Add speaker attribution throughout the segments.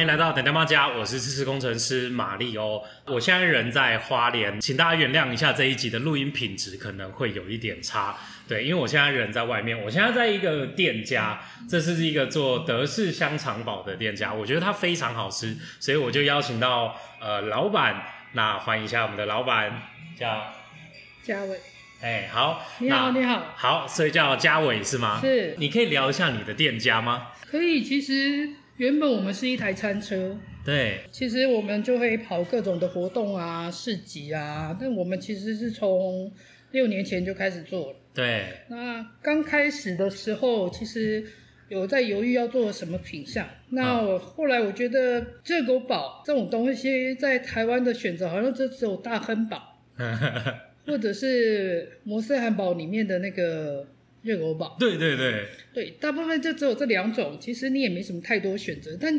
Speaker 1: 迎来到等等妈家，我是知识工程师马丽欧。我现在人在花莲，请大家原谅一下这一集的录音品质可能会有一点差，对，因为我现在人在外面，我现在在一个店家，这是一个做德式香肠堡的店家，我觉得它非常好吃，所以我就邀请到呃老板，那欢迎一下我们的老板叫
Speaker 2: 嘉伟，
Speaker 1: 哎好，
Speaker 2: 你好，
Speaker 1: 那
Speaker 2: 你好，
Speaker 1: 好，所以叫嘉伟是吗？
Speaker 2: 是
Speaker 1: 你可以聊一下你的店家吗？
Speaker 2: 可以。其实原本我们是一台餐车，
Speaker 1: 对，
Speaker 2: 其实我们就会跑各种的活动啊、市集啊，但我们其实是从六年前就开始做了。
Speaker 1: 对。
Speaker 2: 那刚开始的时候，其实有在犹豫要做什么品相。那我后来我觉得热狗堡这种东西在台湾的选择，好像就只有大亨堡或者是摩斯汉堡里面的那个热狗堡。
Speaker 1: 对对对，
Speaker 2: 对，大部分就只有这两种，其实你也没什么太多选择。但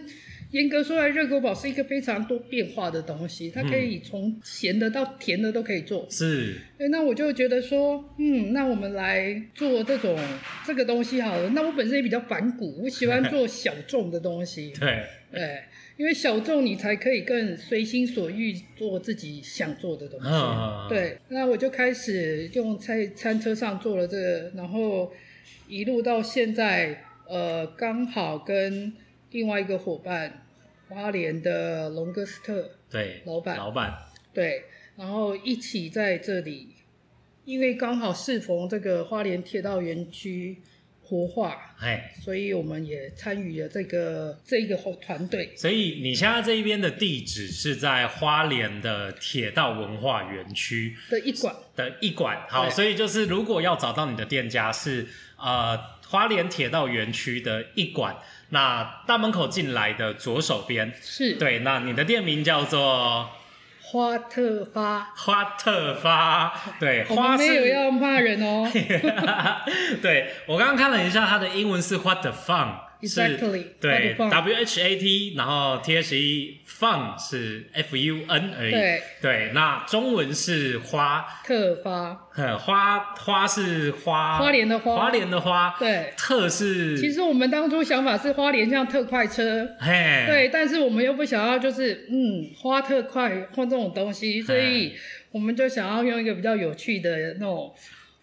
Speaker 2: 严格说来，热狗堡是一个非常多变化的东西，它可以从咸的到甜的都可以做。
Speaker 1: 是，
Speaker 2: 对，那我就觉得说，嗯，那我们来做这种这个东西好了。那我本身也比较反骨，我喜欢做小众的东西，
Speaker 1: 对，
Speaker 2: 对，哎因为小众你才可以更随心所欲做自己想做的东西。
Speaker 1: 嗯，，
Speaker 2: 对，那我就开始用在餐车上做了这个，然后一路到现在，呃，刚好跟另外一个伙伴，花莲的龙哥斯特
Speaker 1: 对，
Speaker 2: 老板，
Speaker 1: 老板，
Speaker 2: 对，然后一起在这里，因为刚好适逢这个花莲铁道园区活化，
Speaker 1: 哎，
Speaker 2: 所以我们也参与了这个这一个团队。
Speaker 1: 所以你现在这一边的地址是在花莲的铁道文化园区
Speaker 2: 的一馆，
Speaker 1: 的一馆，好，
Speaker 2: 对
Speaker 1: 所以就是如果要找到你的店家是呃花莲铁道园区的一馆，那大门口进来的左手边，
Speaker 2: 是
Speaker 1: 对，那你的店名叫做
Speaker 2: 花特发，
Speaker 1: 花特发，对，
Speaker 2: 我
Speaker 1: 花
Speaker 2: 们没有
Speaker 1: 是。
Speaker 2: 要骂人 哦
Speaker 1: 对我刚刚看了一下，它的英文是 What the fun，是
Speaker 2: ，exactly，
Speaker 1: 对
Speaker 2: 花特发
Speaker 1: ，W H A T，然后 T H E fun 是 F U N 而已。
Speaker 2: 对，
Speaker 1: 那中文是花，
Speaker 2: 特发，
Speaker 1: 呃花花是花，
Speaker 2: 花莲的花
Speaker 1: 花莲的花，
Speaker 2: 对。
Speaker 1: 特是
Speaker 2: 其实我们当初想法是花莲像特快车，
Speaker 1: 嘿，
Speaker 2: 对，但是我们又不想要就是嗯花特快换这种东西，
Speaker 1: 嗯
Speaker 2: 所以我们就想要用一个比较有趣的那种，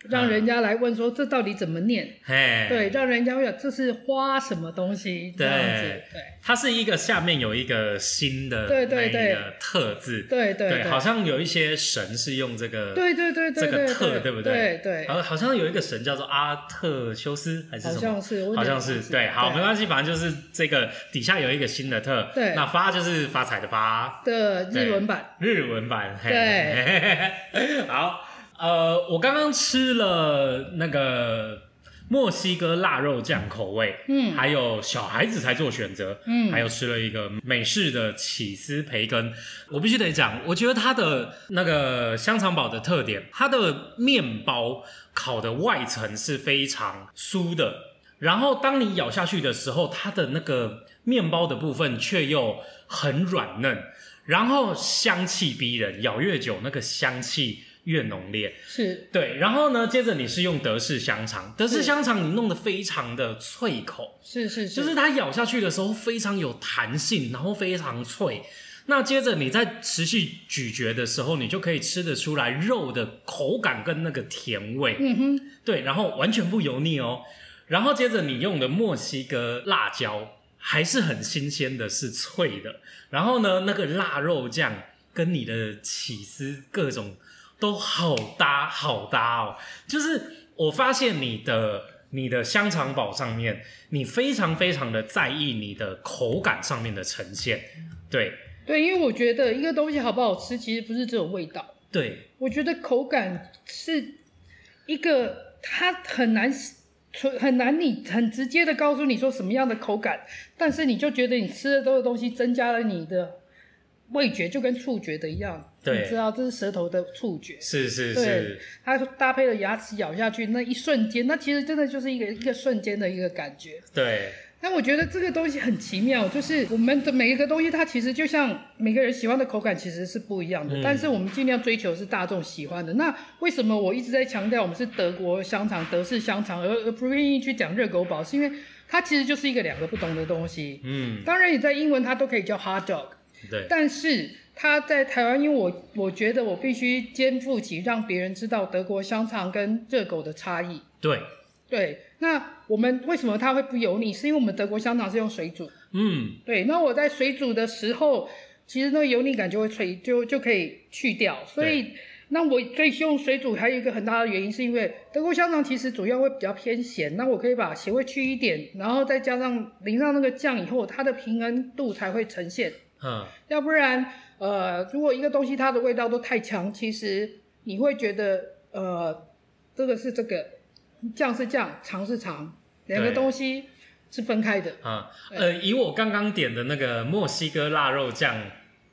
Speaker 2: 让人家来问说这到底怎么念，
Speaker 1: 嘿，
Speaker 2: 对，，让人家会想这是花什么东西这样子，
Speaker 1: 它是一个下面有一个新的
Speaker 2: 对对
Speaker 1: 那
Speaker 2: 对
Speaker 1: 个特字，
Speaker 2: 对对对
Speaker 1: 好像有一些神是用这个，
Speaker 2: 对对对对
Speaker 1: 呃这
Speaker 2: 对
Speaker 1: 个
Speaker 2: 对
Speaker 1: 特
Speaker 2: 对
Speaker 1: 对不
Speaker 2: 对
Speaker 1: 对？
Speaker 2: 对，
Speaker 1: 好，好像有一个神叫做阿特修斯还是
Speaker 2: 好
Speaker 1: 什么
Speaker 2: 像？是，我有
Speaker 1: 好
Speaker 2: 点
Speaker 1: 像
Speaker 2: 忘
Speaker 1: 是
Speaker 2: 记
Speaker 1: 对，
Speaker 2: 了
Speaker 1: 好，没关系，反正就是这个底下有一个新的特，
Speaker 2: 对
Speaker 1: 那发就是发财的发，
Speaker 2: 的
Speaker 1: 对
Speaker 2: 日文版，
Speaker 1: 日文版，嘿
Speaker 2: 对，
Speaker 1: 好，呃，我刚刚吃了那个墨西哥腊肉酱口味，
Speaker 2: 嗯
Speaker 1: 还有小孩子才做选择，
Speaker 2: 嗯，
Speaker 1: 还有吃了一个美式的起司培根，我必须得讲，我觉得它的那个香肠堡的特点，它的面包烤的外层是非常酥的，然后当你咬下去的时候，它的那个面包的部分却又很软嫩，然后香气逼人，咬越久那个香气越浓烈。
Speaker 2: 是
Speaker 1: 对，然后呢，接着你是用德式香肠，德式香肠你弄得非常的脆口。
Speaker 2: 是是
Speaker 1: 就是它咬下去的时候非常有弹性，然后非常脆。那接着你在持续咀嚼的时候，你就可以吃得出来肉的口感跟那个甜味，
Speaker 2: 嗯哼，
Speaker 1: 对，然后完全不油腻哦。然后接着你用的墨西哥辣椒还是很新鲜的，是脆的。然后呢，那个腊肉酱跟你的起司各种都好搭，好搭哦。就是我发现你的你的香肠堡上面，你非常非常的在意你的口感上面的呈现。对
Speaker 2: 对，因为我觉得一个东西好不好吃，其实不是只有味道。
Speaker 1: 对
Speaker 2: 我觉得口感是一个，它很难纯很难你很直接的告诉你说什么样的口感，但是你就觉得你吃的这个东西增加了你的味觉，就跟触觉的一样，
Speaker 1: 对
Speaker 2: 你知道这是舌头的触觉，
Speaker 1: 是是
Speaker 2: 对
Speaker 1: 是，
Speaker 2: 它搭配了牙齿咬下去那一瞬间，那其实真的就是一个一个瞬间的一个感觉。
Speaker 1: 对
Speaker 2: 但我觉得这个东西很奇妙，就是我们的每一个东西，它其实就像每个人喜欢的口感其实是不一样的，
Speaker 1: 嗯
Speaker 2: 但是我们尽量追求是大众喜欢的。那为什么我一直在强调我们是德国香肠、德式香肠，而而不愿意去讲热狗堡，是因为它其实就是一个两个不同的东西。
Speaker 1: 嗯，
Speaker 2: 当然，你在英文它都可以叫 hot dog，
Speaker 1: 对，
Speaker 2: 但是他在台湾，因为我我觉得我必须肩负起让别人知道德国香肠跟热狗的差异。
Speaker 1: 对，
Speaker 2: 对，那我们为什么它会不油腻？是因为我们德国香肠是用水煮。
Speaker 1: 嗯，
Speaker 2: 对，那我在水煮的时候，其实那个油腻感就会吹，就就可以去掉。所以，那我最用水煮还有一个很大的原因，是因为德国香肠其实主要会比较偏咸，那我可以把咸味去一点，然后再加上淋上那个酱以后，它的平衡度才会呈现。
Speaker 1: 嗯，
Speaker 2: 要不然，呃，如果一个东西它的味道都太强，其实你会觉得，呃，这个是这个，酱是酱，肠是肠，两个
Speaker 1: 对
Speaker 2: 东西是分开的。
Speaker 1: 啊，呃，以我刚刚点的那个墨西哥腊肉酱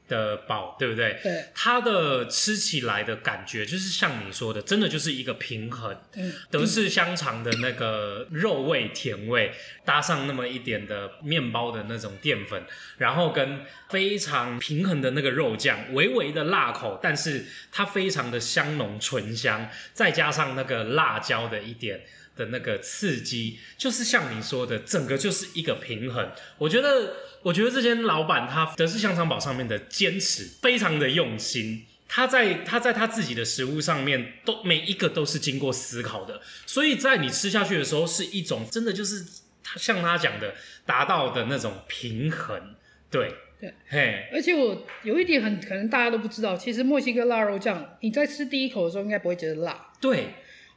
Speaker 1: 的堡，对不对？
Speaker 2: 对，
Speaker 1: 它的吃起来的感觉就是像你说的，真的就是一个平衡。
Speaker 2: 嗯，
Speaker 1: 德式香肠的那个肉味、甜味，搭上那么一点的面包的那种淀粉，然后跟非常平衡的那个肉酱，微微的辣口，但是它非常的香浓醇香，再加上那个辣椒的一点的那个刺激，就是像你说的，整个就是一个平衡。我觉得，我觉得这间老板他德式香肠堡上面的坚持非常的用心。他在他在他自己的食物上面都每一个都是经过思考的，所以在你吃下去的时候是一种真的就是他像他讲的达到的那种平衡，对
Speaker 2: 对，
Speaker 1: 嘿，
Speaker 2: 而且我有一点很可能大家都不知道，其实墨西哥腊肉酱，你在吃第一口的时候应该不会觉得辣，
Speaker 1: 对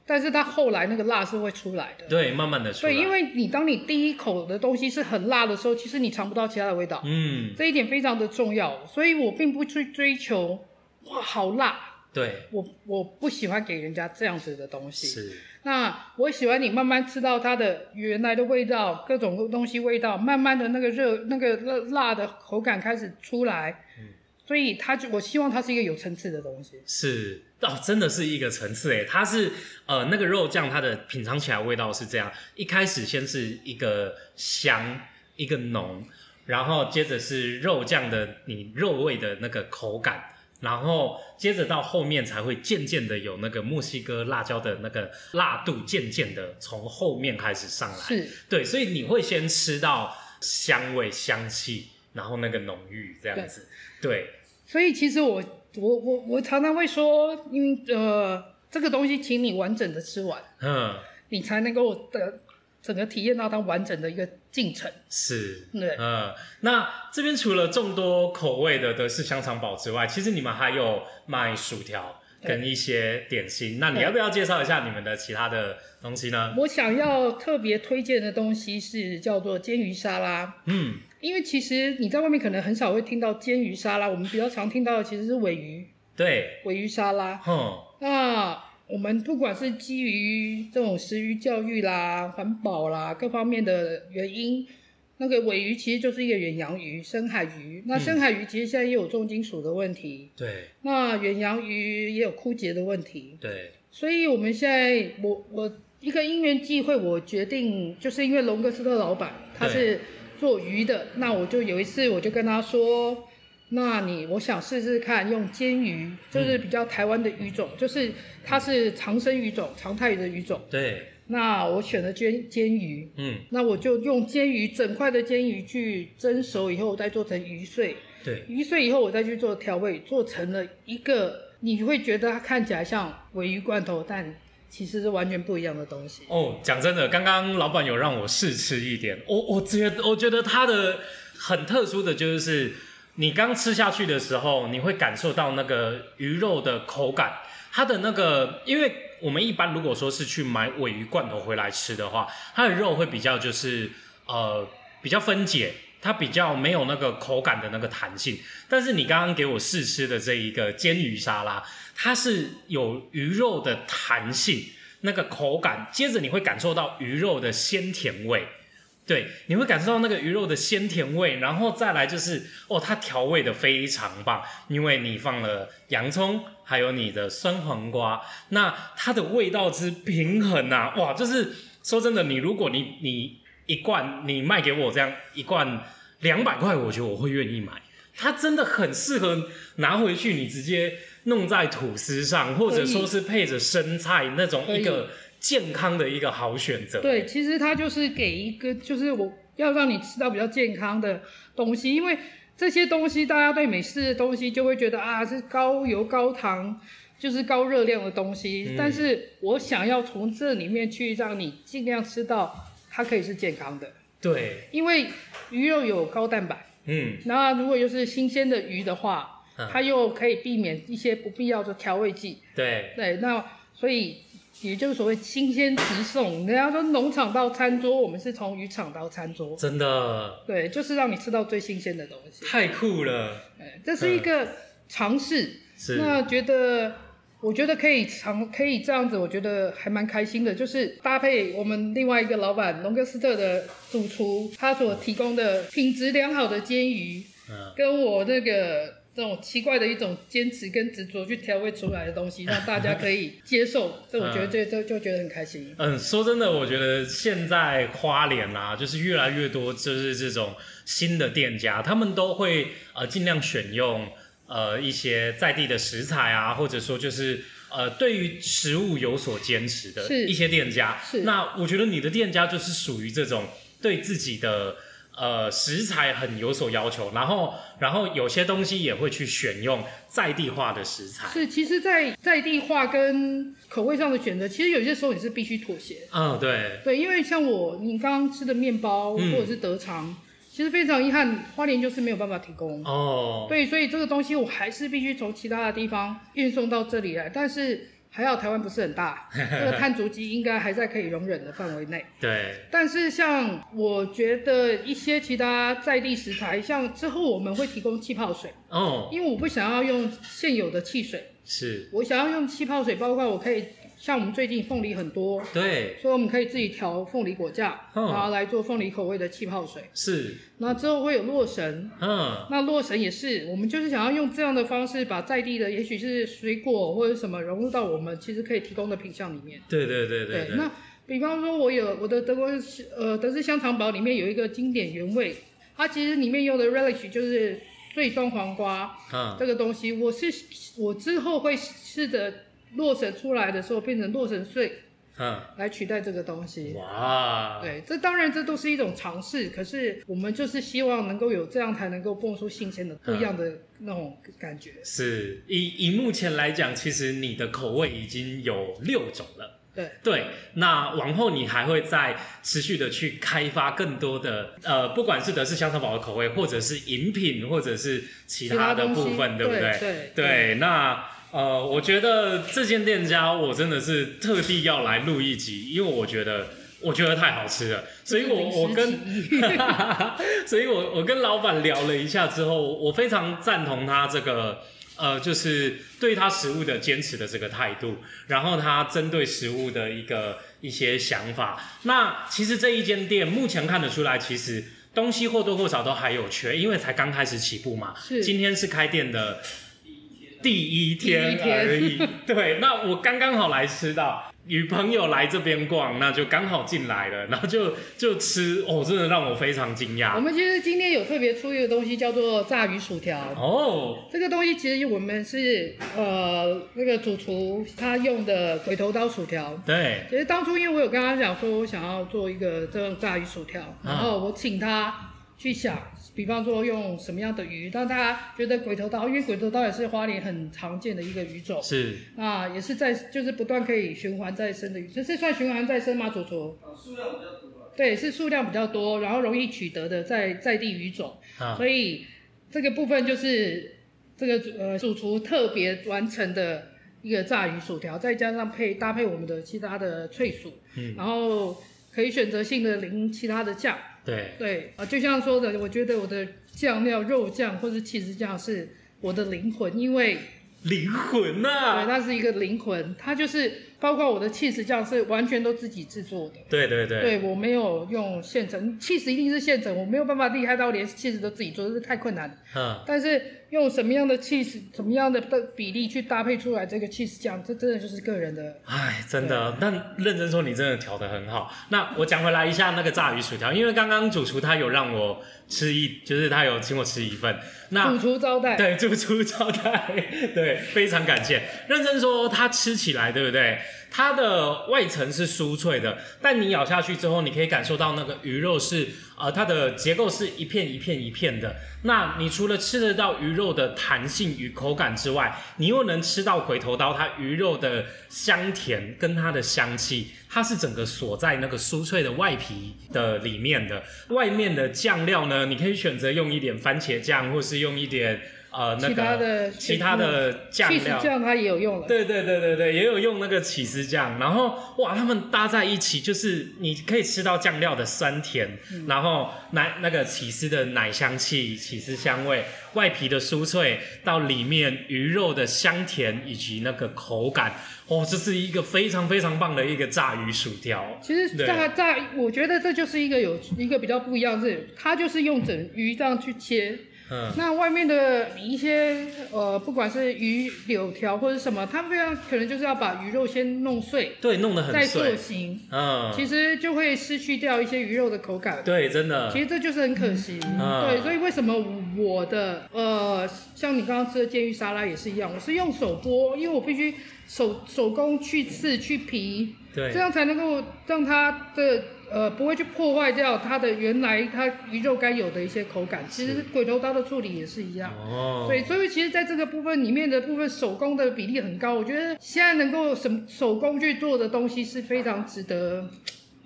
Speaker 2: 但是它后来那个辣是会出来的。
Speaker 1: 对，慢慢的出来，
Speaker 2: 对，因为你当你第一口的东西是很辣的时候，其实你尝不到其他的味道。
Speaker 1: 嗯，
Speaker 2: 这一点非常的重要，所以我并不去追求哇好辣，
Speaker 1: 对，
Speaker 2: 我我不喜欢给人家这样子的东西。
Speaker 1: 是，
Speaker 2: 那我喜欢你慢慢吃到它的原来的味道，各种东西味道，慢慢的那个热那个辣辣的口感开始出来。
Speaker 1: 嗯
Speaker 2: 所以它就我希望它是一个有层次的东西。
Speaker 1: 是哦，真的是一个层次诶，欸它是呃那个肉酱，它的品尝起来味道是这样，一开始先是一个香，一个浓，然后接着是肉酱的你肉味的那个口感，然后接着到后面才会渐渐的有那个墨西哥辣椒的那个辣度，渐渐的从后面开始上来，
Speaker 2: 是，
Speaker 1: 对，所以你会先吃到香味、香气，然后那个浓郁这样子，对，
Speaker 2: 所以其实我我我我常常会说，嗯呃，这个东西请你完整的吃完，
Speaker 1: 嗯，
Speaker 2: 你才能够的整个体验到它完整的一个进程。
Speaker 1: 是。
Speaker 2: 对，
Speaker 1: 嗯，那这边除了众多口味的德式香肠堡之外，其实你们还有卖薯条跟一些点心。那你
Speaker 2: 对
Speaker 1: 要不要介绍一下你们的其他的东西呢？
Speaker 2: 我想要特别推荐的东西是叫做煎鱼沙拉，
Speaker 1: 嗯，
Speaker 2: 因为其实你在外面可能很少会听到煎鱼沙拉，我们比较常听到的其实是尾鱼，
Speaker 1: 对，嗯
Speaker 2: 尾鱼沙拉。
Speaker 1: 哼，
Speaker 2: 那我们不管是基于这种食鱼教育啦、环保啦各方面的原因，那个尾鱼其实就是一个远洋鱼、深海鱼。那深海鱼其实现在也有重金属的问题，
Speaker 1: 对
Speaker 2: 那远洋鱼也有枯竭的问题。
Speaker 1: 对，
Speaker 2: 所以我们现在，我我一个因缘际会，我决定就是因为龙哥斯特老板他是做鱼的，那我就有一次我就跟他说，那你我想试试看用煎鱼，就是比较台湾的鱼种，就是它是长生鱼种、常态鱼的鱼种。
Speaker 1: 对，
Speaker 2: 那我选了煎煎鱼，
Speaker 1: 嗯，
Speaker 2: 那我就用煎鱼整块的煎鱼去蒸熟以后，我再做成鱼碎，
Speaker 1: 对，
Speaker 2: 鱼碎以后我再去做调味，做成了一个你会觉得它看起来像尾鱼罐头，但其实是完全不一样的东西。
Speaker 1: 哦，讲真的，刚刚老板有让我试吃一点，我我觉得我觉得它的很特殊的就是，你刚吃下去的时候，你会感受到那个鱼肉的口感，它的那个，因为我们一般如果说是去买尾鱼罐头回来吃的话，它的肉会比较就是呃比较分解，它比较没有那个口感的那个弹性。但是你刚刚给我试吃的这一个煎鱼沙拉，它是有鱼肉的弹性，那个口感，接着你会感受到鱼肉的鲜甜味。对，你会感受到那个鱼肉的鲜甜味，然后再来就是哦，它调味的非常棒，因为你放了洋葱，还有你的酸黄瓜，那它的味道之平衡啊，哇，就是说真的，你如果你你一罐你卖给我这样一罐两百块，我觉得我会愿意买。它真的很适合拿回去，你直接弄在吐司上，或者说是配着生菜那种
Speaker 2: 可以
Speaker 1: 一个健康的一个好选择。
Speaker 2: 对，其实它就是给一个，就是我要让你吃到比较健康的东西，因为这些东西大家对美式的东西就会觉得啊，是高油高糖，就是高热量的东西。
Speaker 1: 嗯
Speaker 2: 但是我想要从这里面去让你尽量吃到它可以是健康的，
Speaker 1: 对，
Speaker 2: 因为鱼肉有高蛋白，
Speaker 1: 嗯，
Speaker 2: 那如果又是新鲜的鱼的话，
Speaker 1: 嗯
Speaker 2: 它又可以避免一些不必要的调味剂。
Speaker 1: 对，
Speaker 2: 对，那所以也就是所谓新鲜直送。人家说农场到餐桌，我们是从渔场到餐桌，
Speaker 1: 真的
Speaker 2: 对，就是让你吃到最新鲜的东西。
Speaker 1: 太酷了，
Speaker 2: 对，这是一个尝试。
Speaker 1: 是，
Speaker 2: 那觉得，我觉得可以尝，可以这样子，我觉得还蛮开心的。就是搭配我们另外一个老板龙哥斯特的主厨，他所提供的品质良好的煎鱼，
Speaker 1: 嗯，
Speaker 2: 跟我那个这种奇怪的一种坚持跟执着去调味出来的东西，让大家可以接受，这我觉得这这就觉得很开心。
Speaker 1: 嗯，说真的，我觉得现在花莲啦、就是越来越多就是这种新的店家，他们都会呃尽量选用呃一些在地的食材啊，或者说就是呃对于食物有所坚持的
Speaker 2: 是
Speaker 1: 一些店家。
Speaker 2: 是
Speaker 1: 那我觉得你的店家就是属于这种对自己的。呃，食材很有所要求，然后，然后有些东西也会去选用在地化的食材。
Speaker 2: 是，其实在，在地化跟口味上的选择，其实有些时候你是必须妥协。
Speaker 1: 嗯，对，
Speaker 2: 对，因为像我，你刚刚吃的面包
Speaker 1: 嗯
Speaker 2: 或者是德肠，其实非常遗憾，花莲就是没有办法提供。
Speaker 1: 哦，
Speaker 2: 对，所以这个东西我还是必须从其他的地方运送到这里来，但是还好台湾不是很大，这个碳足迹应该还在可以容忍的范围内。
Speaker 1: 对，
Speaker 2: 但是像我觉得一些其他在地食材，像之后我们会提供气泡水，
Speaker 1: 哦，
Speaker 2: 因为我不想要用现有的汽水，
Speaker 1: 是，
Speaker 2: 我想要用气泡水，包括我可以像我们最近凤梨很多，
Speaker 1: 对，
Speaker 2: 所以我们可以自己调凤梨果酱，
Speaker 1: 嗯
Speaker 2: 然后来做凤梨口味的气泡水。
Speaker 1: 是，
Speaker 2: 那之后会有洛神。
Speaker 1: 嗯，
Speaker 2: 那洛神也是，我们就是想要用这样的方式，把在地的，也许是水果或者什么，融入到我们其实可以提供的品项里面。
Speaker 1: 对对对
Speaker 2: 对
Speaker 1: 对，
Speaker 2: 那比方说，我有我的德国呃德式香肠堡里面有一个经典原味，它其实里面用的 relish 就是醉酸黄瓜
Speaker 1: 嗯，
Speaker 2: 这个东西，我是我之后会试着洛神出来的时候变成洛神碎
Speaker 1: 嗯，
Speaker 2: 来取代这个东西。
Speaker 1: 哇，
Speaker 2: 对，这当然这都是一种尝试，可是我们就是希望能够有这样才能够蹦出新鲜的不一样的
Speaker 1: 嗯
Speaker 2: 那种感觉。
Speaker 1: 是以以目前来讲，其实你的口味已经有六种了。
Speaker 2: 对，
Speaker 1: 对，那往后你还会再持续的去开发更多的呃，不管是德式香肠堡的口味，或者是饮品，或者是其他的
Speaker 2: 东西
Speaker 1: 部分，对不
Speaker 2: 对？
Speaker 1: 对？
Speaker 2: 对
Speaker 1: 对，那呃，我觉得这间店家我真的是特地要来录一集，因为我觉得我觉得太好吃了，所以我我跟 所以我我跟老板聊了一下之后，我非常赞同他这个呃，就是对他食物的坚持的这个态度，然后他针对食物的一个一些想法。那其实这一间店目前看得出来，其实东西或多或少都还有缺，因为才刚开始起步嘛。
Speaker 2: 是
Speaker 1: 今天是开店的第一天
Speaker 2: 第一天
Speaker 1: 而已。 对，那我刚刚好来吃到，与朋友来这边逛，那就刚好进来了，然后就就吃，哦，真的让我非常惊
Speaker 2: 我
Speaker 1: 讶。
Speaker 2: 们其实今天有特别出一个东西叫做炸鱼薯条，
Speaker 1: 哦，
Speaker 2: 这个东西其实我们是呃那个主厨他用的鬼头刀薯条。
Speaker 1: 对，
Speaker 2: 其实当初因为我有跟他讲说，我想要做一个这种炸鱼薯条，然后我请他去想，比方说用什么样的鱼，让大家觉得鬼头刀，因为鬼头刀也是花莲很常见的一个鱼种
Speaker 1: 是
Speaker 2: 啊，也是在就是不断可以循环再生的鱼，这是算循环再生吗？主厨？对，是数量比较多，然后容易取得的在在地鱼种。
Speaker 1: 啊，
Speaker 2: 所以这个部分就是这个主呃主厨特别完成的一个炸鱼薯条，再加上配搭配我们的其他的脆薯，
Speaker 1: 嗯
Speaker 2: 然后可以选择性的淋其他的酱。
Speaker 1: 对，
Speaker 2: 对，啊，就像说的，我觉得我的酱料肉酱或是起司酱是我的灵魂，因为
Speaker 1: 灵魂
Speaker 2: 对
Speaker 1: 呐、啊，
Speaker 2: 它是一个灵魂，它就是包括我的起司酱是完全都自己制作的。
Speaker 1: 对对对，
Speaker 2: 对我没有用现成，气 e 一定是现成，我没有办法厉害到连气 e 都自己做，这是太困难了。
Speaker 1: 嗯，
Speaker 2: 但是用什么样的 cheese、什么样的比例去搭配出来这个 cheese 酱，这真的就是个人的。
Speaker 1: 哎，真的，但认真说，你真的调的很好。那我讲回来一下那个炸鱼薯条，因为刚刚主厨他有让我吃一，就是他有请我吃一份。那
Speaker 2: 主厨招待，
Speaker 1: 啊对，主厨招待，对，非常感谢。认真说，它吃起来对不对？它的外层是酥脆的，但你咬下去之后，你可以感受到那个鱼肉是，呃，它的结构是一片一片一片的。那你除了吃得到鱼肉的弹性与口感之外，你又能吃到鬼头刀它鱼肉的香甜跟它的香气，它是整个锁在那个酥脆的外皮的里面的。外面的酱料呢，你可以选择用一点番茄酱，或是用一点呃那个
Speaker 2: 其他的
Speaker 1: 其他的酱
Speaker 2: cheese
Speaker 1: 料。
Speaker 2: 酱它也有用了。
Speaker 1: 对对对对对，也有用那个起司酱，然后哇，它们搭在一起，就是你可以吃到酱料的酸甜，
Speaker 2: 嗯
Speaker 1: 然后奶那个起司的奶香气、起司香味，外皮的酥脆，到里面鱼肉的香甜以及那个口感，哦，这是一个非常非常棒的一个炸鱼薯条。
Speaker 2: 其实
Speaker 1: 对
Speaker 2: 炸炸，我觉得这就是一个有一个比较不一样是，它就是用整鱼这样去切。
Speaker 1: 嗯，
Speaker 2: 那外面的一些呃，不管是鱼柳条或者什么，他们要可能就是要把鱼肉先弄碎，
Speaker 1: 对，弄得很
Speaker 2: 再塑
Speaker 1: 碎。
Speaker 2: 形，
Speaker 1: 嗯，
Speaker 2: 其实就会失去掉一些鱼肉的口感。
Speaker 1: 对，真的
Speaker 2: 其。实这就是很可惜，
Speaker 1: 嗯
Speaker 2: 对，所以为什么我的呃，像你刚刚吃的监狱沙拉也是一样，我是用手剥，因为我必须手手工去刺去皮，
Speaker 1: 对
Speaker 2: 这样才能够让它的呃不会去破坏掉它的原来它鱼肉该有的一些口感。其实鬼头刀的处理也是一样。
Speaker 1: 哦，
Speaker 2: 对，所以其实在这个部分里面的部分，手工的比例很高。我觉得现在能够什么手工去做的东西是非常值得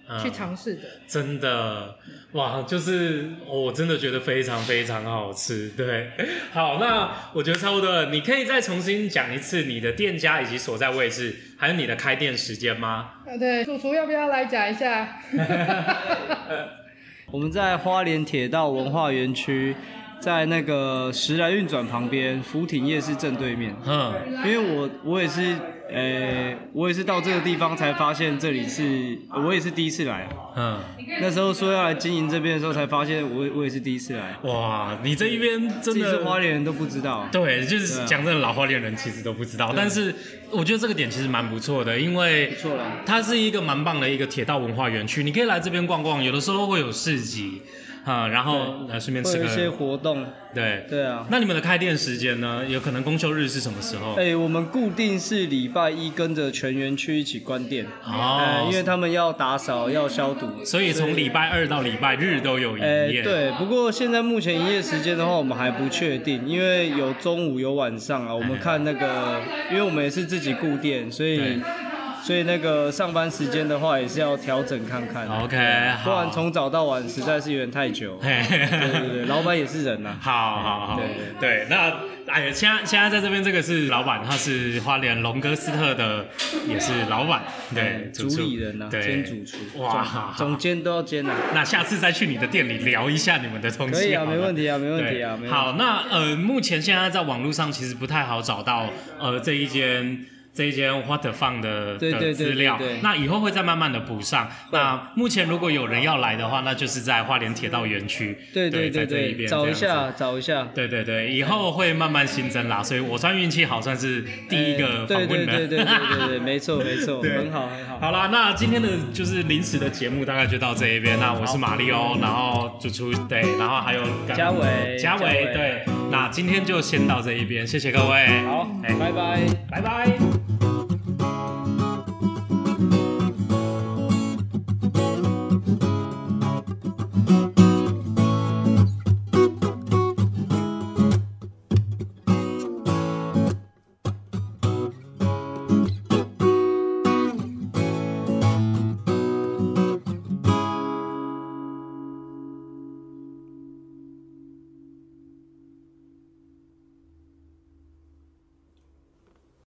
Speaker 1: 嗯
Speaker 2: 去尝试的。
Speaker 1: 真的，哇，就是、哦我真的觉得非常非常好吃。对， 好，那我觉得差不多了。你可以再重新讲一次你的店家以及所在位置，还有你的开店时间吗？
Speaker 2: 啊，对，主厨要不要来讲一下？
Speaker 3: 我们在花莲铁道文化园区，在那个时来运转旁边，福鼎夜市正对面。
Speaker 1: 嗯，
Speaker 3: 因为我我也是，呃、我也是到这个地方才发现这里是，我也是第一次来。啊
Speaker 1: 嗯，
Speaker 3: 那时候说要来经营这边的时候，才发现我我也是第一次来，啊
Speaker 1: 哇，你这一边
Speaker 3: 自
Speaker 1: 真
Speaker 3: 己是花
Speaker 1: 的。
Speaker 3: 莲人都不知道。
Speaker 1: 对，就
Speaker 3: 对
Speaker 1: 是
Speaker 3: 啊
Speaker 1: 讲真的，老花恋人其实都不知道，但是我觉得这个点其实蛮不错的，因为
Speaker 3: 不错啦
Speaker 1: 它是一个蛮棒的一个铁道文化园区，你可以来这边逛逛，有的时候会有市集，啊、然后呃顺便
Speaker 3: 会
Speaker 1: 吃
Speaker 3: 有
Speaker 1: 个
Speaker 3: 一些活动，
Speaker 1: 对
Speaker 3: 对啊。
Speaker 1: 那你们的开店时间呢？有可能公休日是什么时候？
Speaker 3: 哎、我们固定是礼拜一跟着全园区一起关店，呃
Speaker 1: 哦，
Speaker 3: 因为他们要打扫、要消毒，
Speaker 1: 所以从礼拜二到礼拜日都有营
Speaker 3: 哎、
Speaker 1: 业。，
Speaker 3: 对，不过现在目前营业时间的话，我们还不确定，因为有中午有晚上啊。
Speaker 1: 哎
Speaker 3: 我们看那个，因为我们也是自己固店，所以
Speaker 1: 对
Speaker 3: 所以那个上班时间的话，也是要调整看看。啊
Speaker 1: OK，
Speaker 3: 不然
Speaker 1: 好
Speaker 3: 从早到晚实在是有点太久。
Speaker 1: 嘿嘿嘿
Speaker 3: 对对对，老板也是人呐、啊。
Speaker 1: 好好好，
Speaker 3: 对
Speaker 1: 对，那哎呀，现在现在在这边这个是老板，他是花莲龙哥斯特的，也是老板，对，
Speaker 3: 主
Speaker 1: 厨
Speaker 3: 理人呐、啊，
Speaker 1: 对，
Speaker 3: 兼主厨，
Speaker 1: 哇
Speaker 3: 总总监都要兼呐、啊。
Speaker 1: 那下次再去你的店里聊一下你们的东西。
Speaker 3: 可以啊
Speaker 1: 好了
Speaker 3: 没问题啊没问题啊
Speaker 1: 对
Speaker 3: 没问题
Speaker 1: 好，那呃，目前现在在网络上其实不太好找到呃这一间。这一间 What the Fun 的
Speaker 3: 对对
Speaker 1: 的
Speaker 3: 对
Speaker 1: 资料
Speaker 3: 对对，
Speaker 1: 那以后会再慢慢的补上。那目前如果有人要来的话，那就是在花莲铁道园区，
Speaker 3: 对对
Speaker 1: 在
Speaker 3: 对
Speaker 1: 这一
Speaker 3: 对，
Speaker 1: 边
Speaker 3: 找一
Speaker 1: 这样子
Speaker 3: 下找一下。
Speaker 1: 对对对，以后会慢慢新增啦，所以我算运气好，算是第一个
Speaker 3: 哎
Speaker 1: 访
Speaker 3: 对对
Speaker 1: 问
Speaker 3: 对
Speaker 1: 人。
Speaker 3: 对对对对，没错没 错，
Speaker 1: 对
Speaker 3: 很好很好。
Speaker 1: 好啦，那今天的就是临时的节目大概就到这一边。那我是马里欧，然后主厨对，然后还有刚
Speaker 3: 嘉伟
Speaker 1: 嘉
Speaker 3: 嘉
Speaker 1: 伟
Speaker 3: 伟
Speaker 1: 对。那今天就先到这一边，谢谢各位，
Speaker 3: 好，
Speaker 1: 哎
Speaker 3: 拜拜。
Speaker 1: 拜拜。